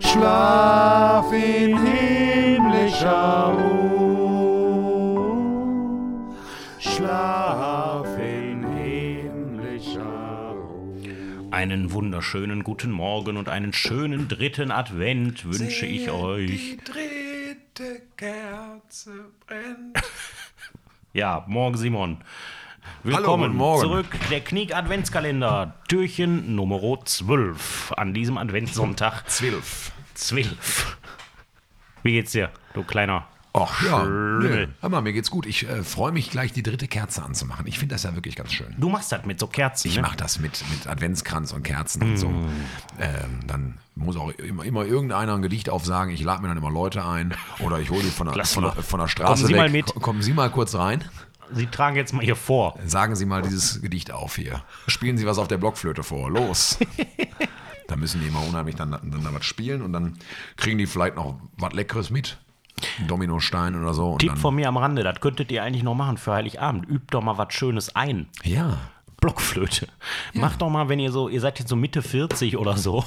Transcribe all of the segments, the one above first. Schlaf in himmlischer Ruhe. Schlaf in himmlischer Ruhe. Einen wunderschönen guten Morgen und einen schönen dritten Advent wünsche ich euch. Die dritte Kerze brennt. Ja, morgen Simon. Hallo, Willkommen guten Morgen. zurück. Der Knick Adventskalender, Türchen Nummer 12 an diesem Adventssonntag. Zwölf. 12. Wie geht's dir, du kleiner? Ach, ja. Nö. Schön. Hör mal, mir geht's gut. Ich äh, freue mich gleich, die dritte Kerze anzumachen. Ich finde das ja wirklich ganz schön. Du machst das mit so Kerzen, Ich ne? mache das mit, mit Adventskranz und Kerzen und so. Mm. Ähm, dann muss auch immer, immer irgendeiner ein Gedicht aufsagen. Ich lade mir dann immer Leute ein oder ich hole die von der, Lass von, der, mal. von der Straße Kommen Sie weg. mal mit. Ko- Kommen Sie mal kurz rein. Sie tragen jetzt mal hier vor. Sagen Sie mal dieses Gedicht auf hier. Spielen Sie was auf der Blockflöte vor. Los. da müssen die immer unheimlich dann, dann da was spielen und dann kriegen die vielleicht noch was Leckeres mit. Ein Dominostein oder so. Und Tipp dann, von mir am Rande, das könntet ihr eigentlich noch machen für Heiligabend. Übt doch mal was Schönes ein. ja. Blockflöte. Macht doch mal, wenn ihr so, ihr seid jetzt so Mitte 40 oder so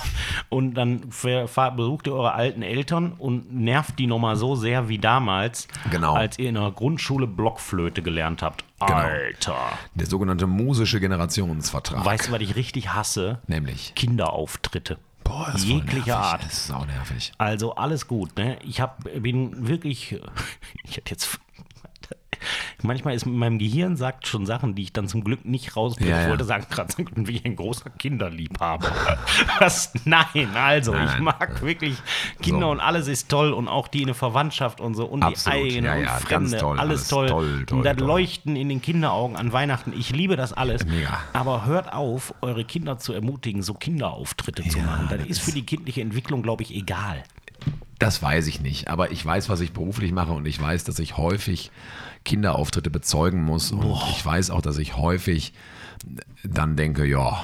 und dann ver- fahr- besucht ihr eure alten Eltern und nervt die nochmal so sehr wie damals, Genau. als ihr in der Grundschule Blockflöte gelernt habt. Alter. Der sogenannte musische Generationsvertrag. Weißt du, was ich richtig hasse? Nämlich. Kinderauftritte. Boah, das ist voll nervig. Jeglicher Art. Das ist auch nervig. Also alles gut, ne? Ich hab, bin wirklich, ich hätte jetzt, manchmal ist meinem Gehirn sagt schon Sachen, die ich dann zum Glück nicht rausbringe. Ja, ich ja. wollte sagen, gerade wie ein großer Kinderliebhaber. Was? Nein, also ich Nein. mag wirklich Kinder So. und alles ist toll und auch die in der Verwandtschaft und so und Absolut. die eigene Ja, und ja, ganz Fremde, toll, alles alles toll. toll, toll, und das toll. Leuchten in den Kinderaugen an Weihnachten. Ich liebe das alles. Mega. Aber hört auf, eure Kinder zu ermutigen, so Kinderauftritte zu Ja, machen. Das das ist für die kindliche Entwicklung, glaube ich, egal. Das weiß ich nicht, aber ich weiß, was ich beruflich mache und ich weiß, dass ich häufig Kinderauftritte bezeugen muss und ich weiß auch, dass ich häufig dann denke, ja,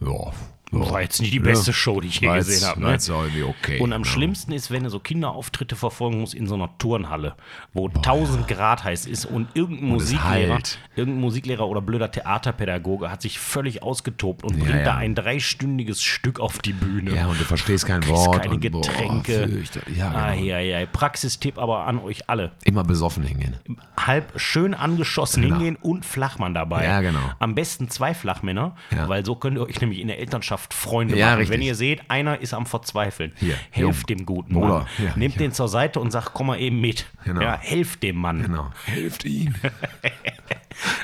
ja. ja. War jetzt nicht die beste Ja. Show, die ich je War jetzt- gesehen habe. war Ne? jetzt auch irgendwie okay. Und am Ja. schlimmsten ist, wenn du so Kinderauftritte verfolgen musst in so einer Turnhalle, wo 1000 Grad heiß ist und irgendein es Musiklehrer, halt. irgendein Musiklehrer oder blöder Theaterpädagoge hat sich völlig ausgetobt und bringt ja. da ein dreistündiges Stück auf die Bühne. Ja, und du verstehst kein Kriegst Wort. keine und, boah, Getränke. fürchterlich. ja, genau. ah, ja, ja. Praxistipp aber an euch alle. Immer besoffen hingehen. halb schön angeschossen Genau. hingehen und Flachmann dabei. Ja, genau. Am besten zwei Flachmänner, Ja. weil so könnt ihr euch nämlich in der Elternschaft Freunde Ja, machen. richtig. Wenn ihr seht, einer ist am Verzweifeln, Hier, helft Jung. dem guten Bruder, Mann. ja, Nehmt ja. den zur Seite und sagt, komm mal eben mit. Genau. Ja, helft dem Mann. Genau. Helft ihm.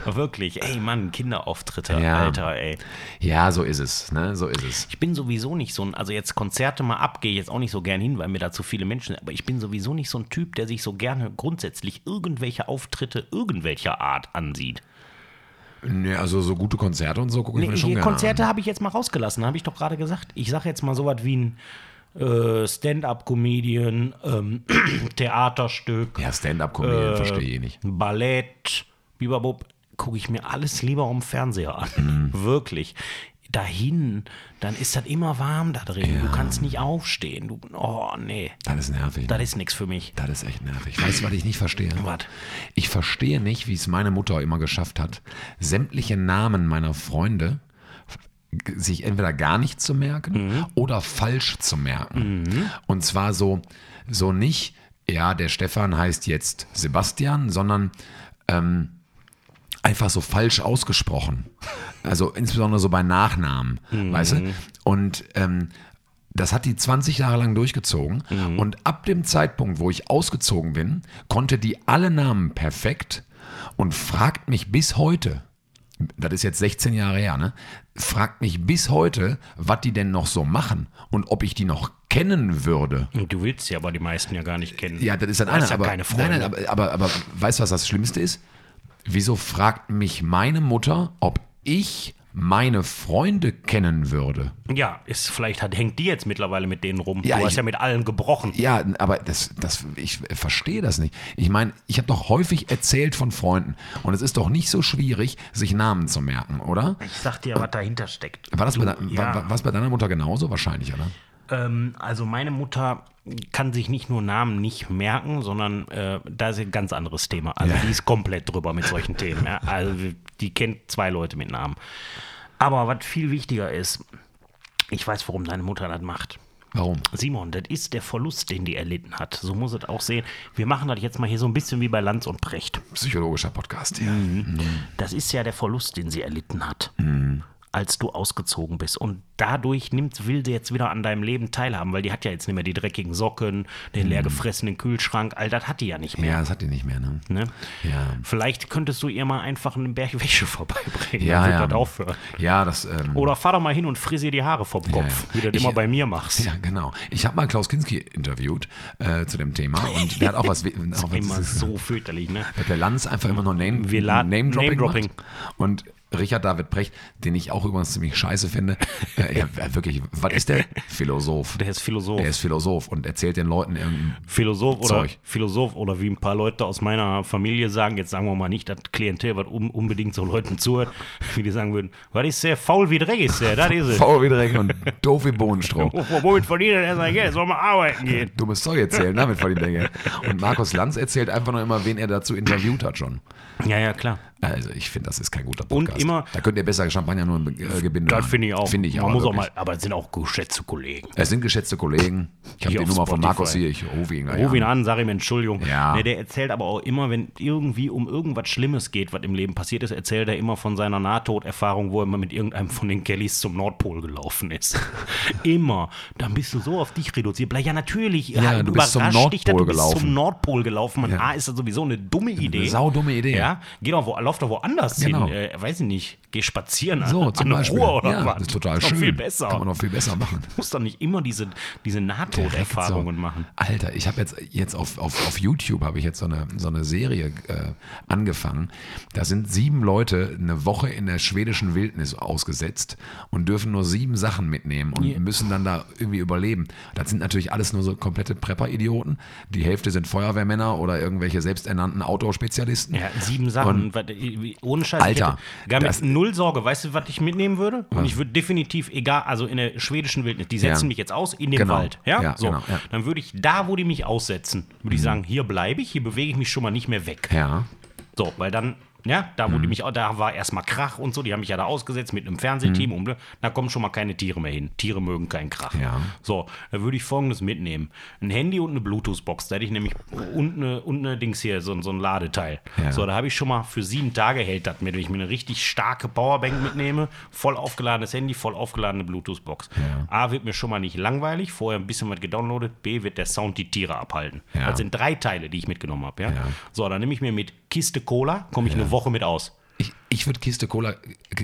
Wirklich, ey Mann, Kinderauftritte, Ja. Alter, ey. Ja, so ist es. Ne? So ist es. Ich bin sowieso nicht so ein, also jetzt Konzerte mal ab, gehe ich jetzt auch nicht so gern hin, weil mir da zu viele Menschen sind, aber ich bin sowieso nicht so ein Typ, der sich so gerne grundsätzlich irgendwelche Auftritte irgendwelcher Art ansieht. Nee, also so gute Konzerte und so gucke ich Nee, mir schon hier gerne an. Konzerte habe ich jetzt mal rausgelassen, habe ich doch gerade gesagt. Ich sage jetzt mal sowas wie ein äh, Stand-up-Comedian, ähm, Theaterstück, Ja, Stand-up-Comedian Äh. verstehe ich eh nicht. Ballett, Biberbob, gucke ich mir alles lieber am Fernseher an. Mhm. Wirklich. Dahin, dann ist das immer warm da drin. Du kannst nicht aufstehen. Du, oh, nee. Das ist nervig. ne? Das ist nichts für mich. Das ist echt nervig. Weißt du, was ich nicht verstehe? Was? Ich verstehe nicht, wie es meine Mutter immer geschafft hat, sämtliche Namen meiner Freunde g- sich entweder gar nicht zu merken oder falsch zu merken. Und zwar so, so nicht, ja, der Stefan heißt jetzt Sebastian, sondern ähm, einfach so falsch ausgesprochen. Also insbesondere so bei Nachnamen, weißt du? Und ähm, das hat die 20 Jahre lang durchgezogen. Und ab dem Zeitpunkt, wo ich ausgezogen bin, konnte die alle Namen perfekt und fragt mich bis heute, das ist jetzt 16 Jahre her, ne? Fragt mich bis heute, was die denn noch so machen und ob ich die noch kennen würde. Und du willst sie aber die meisten ja gar nicht kennen. Ja, das ist dann Du hast einer, ja aber, keine Freunde. nein, nein, aber, aber, aber weißt du, was das Schlimmste ist? Wieso fragt mich meine Mutter, ob ich meine Freunde kennen würde. Ja, ist, vielleicht hat, hängt die jetzt mittlerweile mit denen rum. Ja, du hast ich- ja mit allen gebrochen. Ja, aber das, das, ich verstehe das nicht. Ich meine, ich habe doch häufig erzählt von Freunden und es ist doch nicht so schwierig, sich Namen zu merken, oder? Ich sag dir, was dahinter steckt. War das bei, de- ja. war, war war's bei deiner Mutter genauso wahrscheinlich, oder? Ähm, also meine Mutter kann sich nicht nur Namen nicht merken, sondern äh, da ist ein ganz anderes Thema. Also die ist komplett drüber mit solchen Themen. Ja? Also die kennt zwei Leute mit Namen. Aber was viel wichtiger ist, ich weiß, warum deine Mutter das macht. Warum? Simon, das ist der Verlust, den die erlitten hat. So muss es auch sehen. Wir machen das jetzt mal hier so ein bisschen wie bei Lanz und Precht. Psychologischer Podcast hier. Mhm. Das ist ja der Verlust, den sie erlitten hat, Mhm. als du ausgezogen bist. Und dadurch nimmt, will sie jetzt wieder an deinem Leben teilhaben, weil die hat ja jetzt nicht mehr die dreckigen Socken, Mhm. den leer gefressenen Kühlschrank, all das hat die ja nicht mehr. Ja, das hat die nicht mehr, ne? Ne? Ja. Vielleicht könntest du ihr mal einfach einen Berg Wäsche vorbeibringen, Ja, dann wird ja. das aufhören. Ja, das. Ähm, Oder fahr doch mal hin und friss ihr die Haare vom Kopf, ja. wie du das Ich- immer bei mir machst. Ja, genau. Ich habe mal Klaus Kinski interviewt äh, zu dem Thema und der hat auch was. auch was Immer so fürchterlich, ne? hat der Lanz einfach immer nur Name, Wir la- Name Dropping. Name-Dropping. Macht. Und Richard David Brecht, den ich auch übrigens ziemlich scheiße finde. Äh, ja, wirklich, was ist der? Philosoph. Der ist Philosoph. Der ist Philosoph und erzählt den Leuten irgendein. Philosoph oder, Zeug. Philosoph oder wie ein paar Leute aus meiner Familie sagen, jetzt sagen wir mal nicht das Klientel, was un unbedingt so Leuten zuhört, wie die sagen würden, was ist der, faul wie Dreck ist der, das ist es. Faul wie Dreck und doof wie Bohnenstroh. Wo- Womit verdient er denn sein Geld? Soll mal arbeiten gehen. Dummes Zeug erzählen, ne, damit verdienen der Geld. Und Markus Lanz erzählt einfach nur immer, wen er dazu interviewt hat schon. Ja, ja, klar. Also ich finde, das ist kein guter Und Podcast. immer- da könnt ihr besser Champagner nur im äh, Gebinde Das machen. finde ich auch. Finde ich Man auch. muss auch wirklich. mal, aber es sind auch geschätzte Kollegen. Es sind geschätzte Kollegen. Ich habe Hier die auf Nummer von Spotify. Markus hier. Ich rufe ihn gleich Ruf ihn an. an, sag ihm Entschuldigung. Ja. Ne, der erzählt aber auch immer, wenn irgendwie um irgendwas Schlimmes geht, was im Leben passiert ist, erzählt er immer von seiner Nahtoderfahrung, wo er mal mit irgendeinem von den Kellys zum Nordpol gelaufen ist. immer. Dann bist du so auf dich reduziert. Bleib, ja, natürlich. Ja, du bist zum überrascht dich, dass Nordpol du bist gelaufen. zum Nordpol gelaufen. Und A, ist das sowieso eine dumme Idee. Eine saudumme Idee. Ja, geh doch, wo, lauf doch woanders Genau. hin. Äh, weiß ich nicht. Geh spazieren an, So, an zum einer Beispiel. Ruhr oder ja, was. das ist total doch schön. viel besser. Kann man noch viel besser machen. Du musst doch nicht immer diese, diese Nahtoderfahrungen So. machen. Alter, ich habe jetzt, jetzt auf, auf, auf YouTube habe ich jetzt so eine, so eine Serie äh, angefangen. Da sind sieben Leute eine Woche in der schwedischen Wildnis ausgesetzt und dürfen nur sieben Sachen mitnehmen und müssen dann da irgendwie überleben. Das sind natürlich alles nur so komplette Prepper-Idioten. Die Hälfte sind Feuerwehrmänner oder irgendwelche selbsternannten Outdoor-Spezialisten. Ja, sieben Sachen. Was- wie- ohne Scheiß. Alter, ich hätte gar das- mit null Sorge. Weißt du, was ich mitnehmen würde? Und ich würde definitiv, egal, also in der schwedischen Wildnis, die setzen Ja. mich jetzt aus in den Genau. Wald. Ja, Ja, so. genau, ja. Mhm. Dann würde ich da, wo die mich aussetzen, würde ich sagen, hier bleibe ich, hier bewege ich mich schon mal nicht mehr weg. Ja. So, weil dann, ja, da Mhm. wo die mich, au- da war erstmal Krach und so, die haben mich ja da ausgesetzt mit einem Fernsehteam Mhm. und da kommen schon mal keine Tiere mehr hin. Tiere mögen keinen Krach. Ja. So, da würde ich folgendes mitnehmen. Ein Handy und eine Bluetooth-Box, da hätte ich nämlich und eine, und eine Dings hier, so, so ein Ladeteil. Ja. So, da habe ich schon mal für sieben Tage hält das mit, wenn ich mir eine richtig starke Powerbank mitnehme, voll aufgeladenes Handy, voll aufgeladene Bluetooth-Box. A, wird mir schon mal nicht langweilig, vorher ein bisschen was gedownloadet, B, wird der Sound die Tiere abhalten. Ja. Das sind drei Teile, die ich mitgenommen habe. Ja? Ja. So, dann nehme ich mir mit Kiste Cola, komme ich eine Woche mit aus. Ich, ich würde Kiste Cola,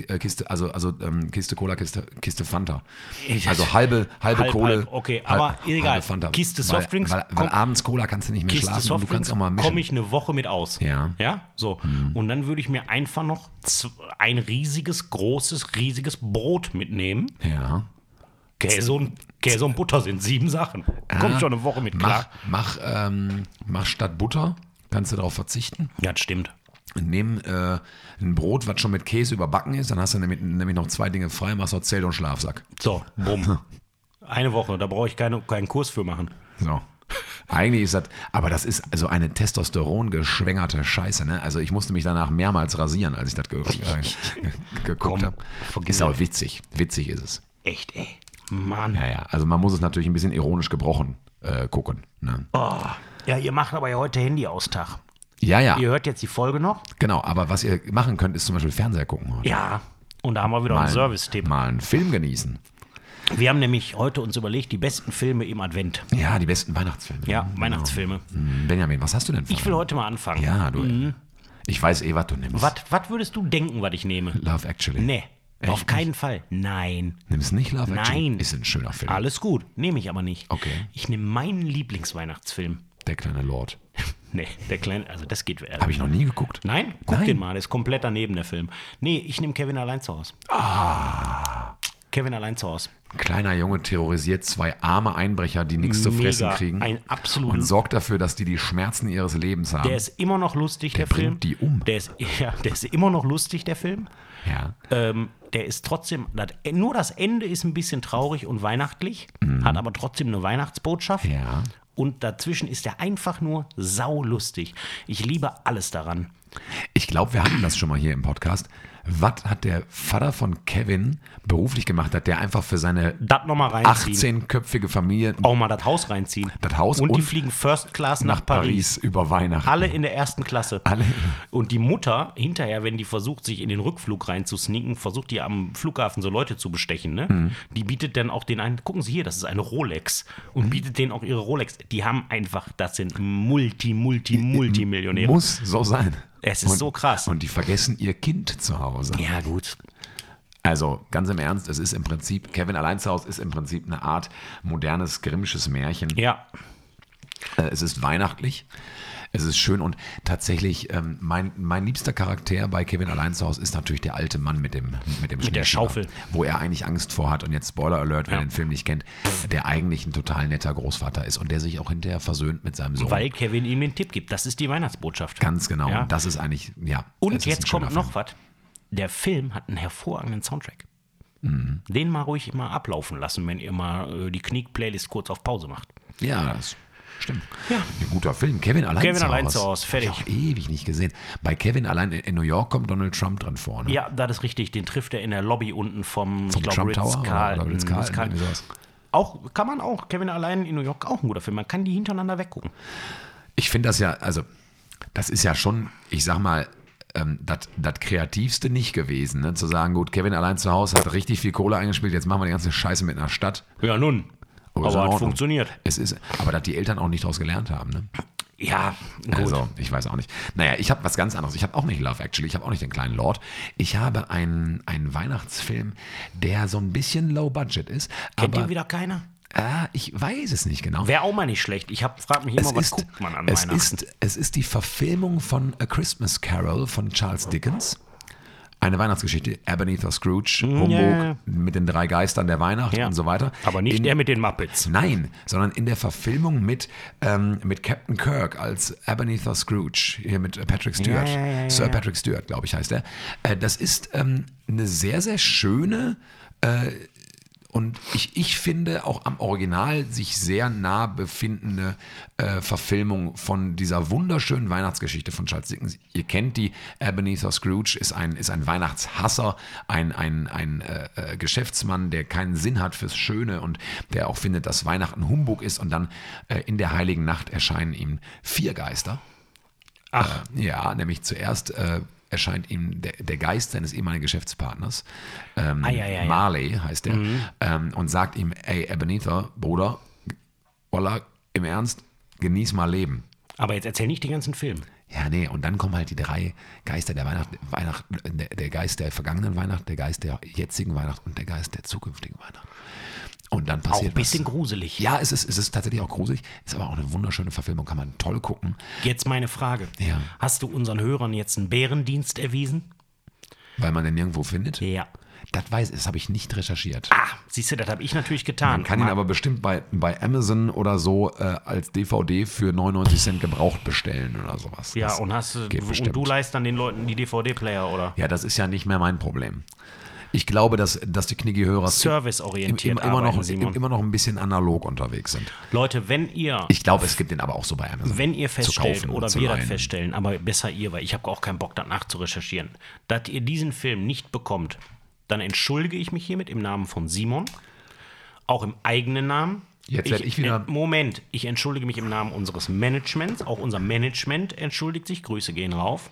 äh, Kiste, also, also ähm, Kiste Cola, Kiste, Kiste Fanta. Ich- Also halbe, halbe Halb, Cola. halb, okay, aber egal. Kiste Softdrinks, Weil, weil, komm- weil abends Cola kannst du nicht mehr Kiste schlafen und du kannst Softdrinks, auch mal mischen. komme ich eine Woche mit aus. Ja. Mhm. Ja, so. Und dann würde ich mir einfach noch z- ein riesiges, großes, riesiges Brot mitnehmen. ja. Käse und, Käse und Butter sind sieben Sachen. Ah. Kommt schon eine Woche mit Mach, klar. mach, ähm, mach statt Butter, kannst du darauf verzichten. Ja, das stimmt. Nimm äh, ein Brot, was schon mit Käse überbacken ist, dann hast du nämlich, nämlich noch zwei Dinge frei, machst noch Zelt und Schlafsack. So, bumm. Eine Woche, da brauche ich keine, keinen Kurs für machen. So. Eigentlich ist das, aber das ist also eine Testosteron geschwängerte Scheiße, ne? Also ich musste mich danach mehrmals rasieren, als ich das ge äh, ge- geguckt habe. Ist aber witzig, witzig ist es. Echt, ey. Mann. Ja, ja, also man muss es natürlich ein bisschen ironisch gebrochen äh, gucken. Ne? Oh. Ja, ihr macht aber ja heute Handy-Austag. Ja, ja, Ihr hört jetzt die Folge noch? genau. Aber was ihr machen könnt, ist zum Beispiel Fernseher gucken. Heute. Ja. Und da haben wir wieder ein Service-Thema. Mal einen Film genießen. Wir haben nämlich heute uns überlegt, die besten Filme im Advent. Ja, die besten Weihnachtsfilme. Ja, Weihnachtsfilme. Hm, Benjamin, was hast du denn? Vor? Ich will heute mal anfangen. ja, du. Ich weiß eh, was du nimmst. Was, was würdest du denken, was ich nehme? Love Actually. Nee, auf keinen Fall. Nein. Nimmst nicht Love Actually? Nein. Ist ein schöner Film. Alles gut, nehme ich aber nicht. Okay. Ich nehme meinen Lieblingsweihnachtsfilm. Der kleine Lord. Nee, der kleine, also das geht ehrlich. Habe ich noch nie geguckt. Nein, guck Nein. den mal, der ist komplett daneben der Film. Nee, ich nehme Kevin allein zu Hause. Ah. Kevin allein zu Hause. Ein kleiner Junge terrorisiert zwei arme Einbrecher, die nichts zu fressen Mega, kriegen. ein absolut- Und sorgt dafür, dass die die Schmerzen ihres Lebens haben. Der ist immer noch lustig, der, Film. bringt die um. Der ist, ja, der ist immer noch lustig, der Film. ja. Ähm, der ist trotzdem, das, nur das Ende ist ein bisschen traurig und weihnachtlich, hat aber trotzdem eine Weihnachtsbotschaft. Mhm. Ja. Und dazwischen ist er einfach nur saulustig. Ich liebe alles daran. Ich glaube, wir hatten das schon mal hier im Podcast. Was hat der Vater von Kevin beruflich gemacht, hat der einfach für seine Das nochmal reinziehen. 18-köpfige Familie Auch mal das Haus reinziehen. Das Haus und, die und fliegen First Class nach, nach Paris. Paris über Weihnachten. Alle in der ersten Klasse. Alle. Und die Mutter, hinterher, wenn die versucht, sich in den Rückflug reinzusneaken, versucht die am Flughafen so Leute zu bestechen, ne? Mhm. Die bietet dann auch den einen, gucken Sie hier, das ist eine Rolex. Und bietet denen auch ihre Rolex. Die haben einfach, das sind Multi, Multi, Multimillionäre. Muss so sein. Es ist und, so krass. Und die vergessen ihr Kind zu Hause. ja, gut. Also ganz im Ernst, es ist im Prinzip, Kevin allein zu Hause ist im Prinzip eine Art modernes, grimmsches Märchen. Ja. Äh, Es ist weihnachtlich, es ist schön und tatsächlich ähm, mein, mein liebster Charakter bei Kevin allein zu Hause ist natürlich der alte Mann mit dem mit dem der Schneeschieber, Schaufel. wo er eigentlich Angst vor hat und jetzt Spoiler Alert, wer Ja. den Film nicht kennt, der eigentlich ein total netter Großvater ist und der sich auch hinterher versöhnt mit seinem Sohn. Weil Kevin ihm den Tipp gibt. Das ist die Weihnachtsbotschaft. Ganz genau. Ja. Das ist eigentlich ja. es Und ist ein jetzt schöner kommt noch was. Der Film hat einen hervorragenden Soundtrack. Mhm. Den mal ruhig mal ablaufen lassen, wenn ihr mal äh, die Knick-Playlist kurz auf Pause macht. Film. Ja, das stimmt. Ein guter Film. Kevin allein Kevin zu allein Hause. zu Hause, fertig. Hab Ich auch ewig nicht gesehen. Bei Kevin allein in- in New York kommt Donald Trump dran vorne. Ja, das ist richtig. Den trifft er in der Lobby unten vom, Vom ich glaub, Trump Ritz Tower oder- Carlton. oder Ritz Carlton, Ritz Carlton. irgendwie sowas. Auch kann man auch. Kevin allein in New York auch ein guter Film. Man kann die hintereinander weggucken. Ich finde das ja, also, das ist ja schon, ich sag mal, ähm, das Kreativste nicht gewesen, ne? zu sagen, gut, Kevin allein zu Hause hat richtig viel Kohle eingespielt, jetzt machen wir die ganze Scheiße mit einer Stadt. Ja, nun. Aber Aber ist in hat Ordnung. funktioniert. Es ist, aber dass die Eltern auch nicht daraus gelernt haben. Ne? Ja, gut. Also, ich weiß auch nicht. Naja, ich habe was ganz anderes. Ich habe auch nicht Love Actually, ich habe auch nicht den kleinen Lord. Ich habe einen, einen Weihnachtsfilm, der so ein bisschen low budget ist. Kennt aber, ihr wieder keiner? Ah, ich weiß es nicht genau. Wäre auch mal nicht schlecht. Ich hab, frag mich immer, was guckt man an es Weihnachten? ist, es ist die Verfilmung von A Christmas Carol von Charles Dickens. Eine Weihnachtsgeschichte, Ebenezer Scrooge, Humbug, Hm, ja. mit den drei Geistern der Weihnacht Ja. und so weiter. Aber nicht in, der mit den Muppets. Nein, sondern in der Verfilmung mit, ähm, mit Captain Kirk als Ebenezer Scrooge, hier mit Patrick Stewart. Ja, ja, ja, ja, Sir Patrick Stewart, glaube ich, heißt er. Äh, das ist ähm, eine sehr, sehr schöne äh, und ich, ich finde auch am Original sich sehr nah befindende äh, Verfilmung von dieser wunderschönen Weihnachtsgeschichte von Charles Dickens. Ihr kennt die, Ebenezer Scrooge ist ein, ist ein Weihnachtshasser, ein, ein, ein äh, äh, Geschäftsmann, der keinen Sinn hat fürs Schöne und der auch findet, dass Weihnachten Humbug ist und dann äh, in der heiligen Nacht erscheinen ihm vier Geister. Ach, Ja, nämlich zuerst äh, erscheint ihm der, der Geist seines ehemaligen Geschäftspartners, ähm, Ah, ja, ja, Mhm. ja. Marley heißt er, ähm, und sagt ihm, ey Ebenezer, Bruder, Ola, im Ernst, genieß mal Leben. aber jetzt erzähl nicht den ganzen Film. Ja, nee, und dann kommen halt die drei Geister der Weihnacht, Weihnacht der, der Geist der vergangenen Weihnacht, der Geist der jetzigen Weihnacht und der Geist der zukünftigen Weihnacht. Und dann Auch ein passiert bisschen was. gruselig. Ja, es ist, es ist tatsächlich auch gruselig, ist aber auch eine wunderschöne Verfilmung, kann man toll gucken. Jetzt meine Frage. Ja. Hast du unseren Hörern jetzt einen Bärendienst erwiesen? Weil man den nirgendwo findet? Ja. Das weiß ich, das habe ich nicht recherchiert. Ah, siehst du, das habe ich natürlich getan. Man kann ihn aber bestimmt bei, bei Amazon oder so äh, als DVD für 99 Cent gebraucht bestellen oder sowas. Ja, Das und, hast, du- geht und bestimmt. du leist dann den Leuten die DVD-Player, oder? Ja, das ist ja nicht mehr mein Problem. Ich glaube, dass, dass die Kniggi-Hörer im- Serviceorientiert im- immer, arbeiten, noch, im- Simon. immer noch ein bisschen analog unterwegs sind. Leute, wenn ihr, Ich glaube, es gibt den aber auch so bei Amazon. wenn ihr Also zu feststellt kaufen und oder zu wir das leihen. feststellen, aber besser ihr, weil ich habe auch keinen Bock danach zu recherchieren, dass ihr diesen Film nicht bekommt, dann entschuldige ich mich hiermit im Namen von Simon, auch im eigenen Namen. Jetzt werd ich wieder- äh, Moment, ich entschuldige mich im Namen unseres Managements. Auch unser Management entschuldigt sich. Grüße gehen rauf.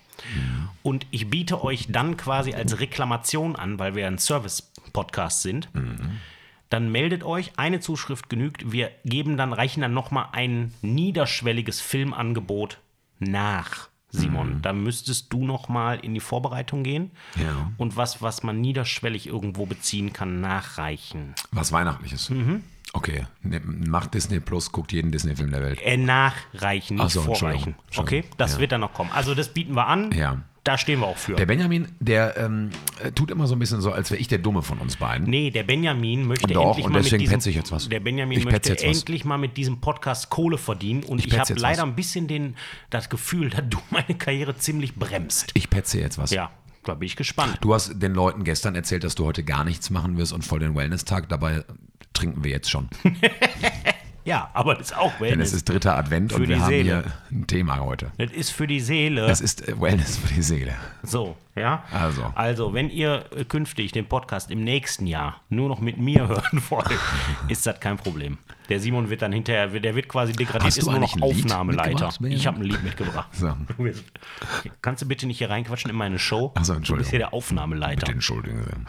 Und ich biete euch dann quasi als Reklamation an, weil wir ein Service-Podcast sind. Dann meldet euch, eine Zuschrift genügt. Wir geben dann, reichen dann nochmal ein niederschwelliges Filmangebot nach, Simon. Mhm. Da müsstest du nochmal in die Vorbereitung gehen Ja. und was, was man niederschwellig irgendwo beziehen kann, nachreichen. Mhm. Was Weihnachtliches. Okay, ne, macht Disney Plus, guckt jeden Disney-Film der Welt. Äh, nachreichen, Ach nicht so, vorreichen. Entschuldigung, Okay, Entschuldigung, das ja. wird dann noch kommen. Also das bieten wir an. Ja. Da stehen wir auch für. Der Benjamin, der ähm, äh, tut immer so ein bisschen so, als wäre ich der Dumme von uns beiden. nee, der Benjamin möchte Doch, endlich und mal mit deswegen diesem, petze ich jetzt was. Der Benjamin Ich petze möchte jetzt was. endlich mal mit diesem Podcast Kohle verdienen und ich, petze habe jetzt leider was. ein bisschen den, das Gefühl, dass du meine Karriere ziemlich bremst. Ich petze jetzt was. Ja, da bin ich gespannt. Du hast den Leuten gestern erzählt, dass du heute gar nichts machen wirst und voll den Wellness-Tag. Dabei trinken wir jetzt schon. Ja, aber das ist auch Denn Wellness. es ist dritter Advent und die wir haben Seele. hier ein Thema heute. Das ist für die Seele. Das ist äh, Wellness für die Seele. So, ja. Also. also, wenn ihr äh, künftig den Podcast im nächsten Jahr nur noch mit mir hören wollt, ist das kein Problem. Der Simon wird dann hinterher, der wird quasi degradiert, Hast du ist nur noch eigentlich ein Lied Aufnahmeleiter. mitgebracht, Benjamin? Ich habe ein Lied mitgebracht. So. Du bist- Kannst du bitte nicht hier reinquatschen in meine Show? Ach so, Du bist hier Entschuldigung. der Aufnahmeleiter. Bitte entschuldigen Sie.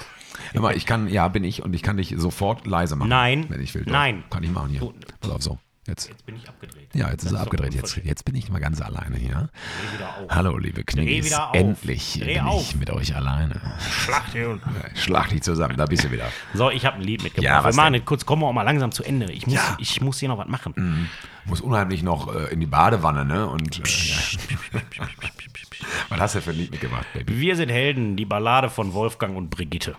Immer, ich kann, ja, bin ich und ich kann dich sofort leise machen. Nein. Wenn ich will. Doch. Nein. Kann ich machen hier. Du- Pass auf, so. Jetzt. Jetzt bin ich abgedreht. Ja, jetzt Das ist er doch abgedreht. Jetzt, unverschämt. jetzt bin ich mal ganz alleine hier. Dreh wieder auf. Hallo, liebe Kniggis. wieder auf. Endlich Dreh bin auf. ich mit euch alleine. Schlacht hier und- Schlag dich zusammen, da bist du wieder. So, ich habe ein Lied mitgebracht. Ja, wir was machen denn? das kurz, kommen wir auch mal langsam zu Ende. Ich muss, Ja. Mhm. ich muss hier noch was machen. Muss unheimlich noch äh, in die Badewanne, ne? Und äh, ja. was hast du für ein Lied mitgebracht, Baby? Wir sind Helden, die Ballade von Wolfgang und Brigitte.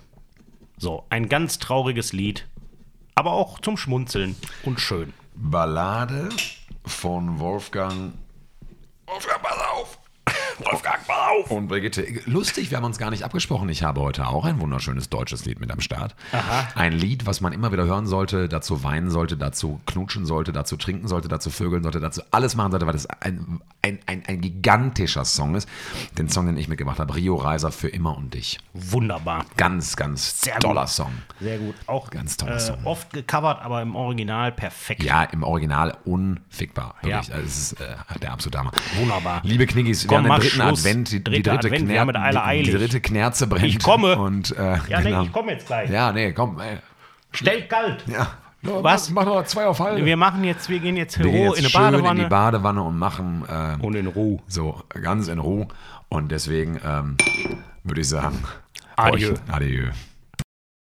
So, ein ganz trauriges Lied, aber auch zum Schmunzeln und schön. Ballade von Wolfgang. Wolfgang, pass auf! Wolfgang, mal auf! Und Brigitte, lustig, wir haben uns gar nicht abgesprochen. Ich habe heute auch ein wunderschönes deutsches Lied mit am Start. Ein Lied, was man immer wieder hören sollte, dazu weinen sollte, dazu knutschen sollte, dazu trinken sollte, dazu vögeln sollte, dazu alles machen sollte, weil das ein, ein, ein, ein gigantischer Song ist. Den Song, den ich mitgemacht habe, Rio Reiser für immer und dich. Wunderbar. Ganz, ganz Sehr gut. toller Song. Sehr gut. Auch Ganz toller äh, Song. oft gecovert, aber im Original perfekt. Ja, im Original unfickbar. Wirklich. Ja. Also, es ist äh, der absolute Hammer. Wunderbar. Liebe Kniggis, wir Komm, haben den mach dritten Schluss. Advent, die, die, Dritter dritte Advent, wir Kner- haben mit aller die, die eilig. dritte Kerze brennt. Ich komme. Und, äh, Ja, nee, genau. ich komme jetzt gleich. Ja, nee, komm. Ey. Stellt kalt. Ja. Was? Mach noch zwei auf halb. Wir machen jetzt, wir gehen jetzt, Wir gehen Hero jetzt in eine schön Badewanne. in die Badewanne und machen äh, und in Ruhe. so ganz in Ruhe. Und deswegen ähm, würde ich sagen, Adieu. Euch, adieu.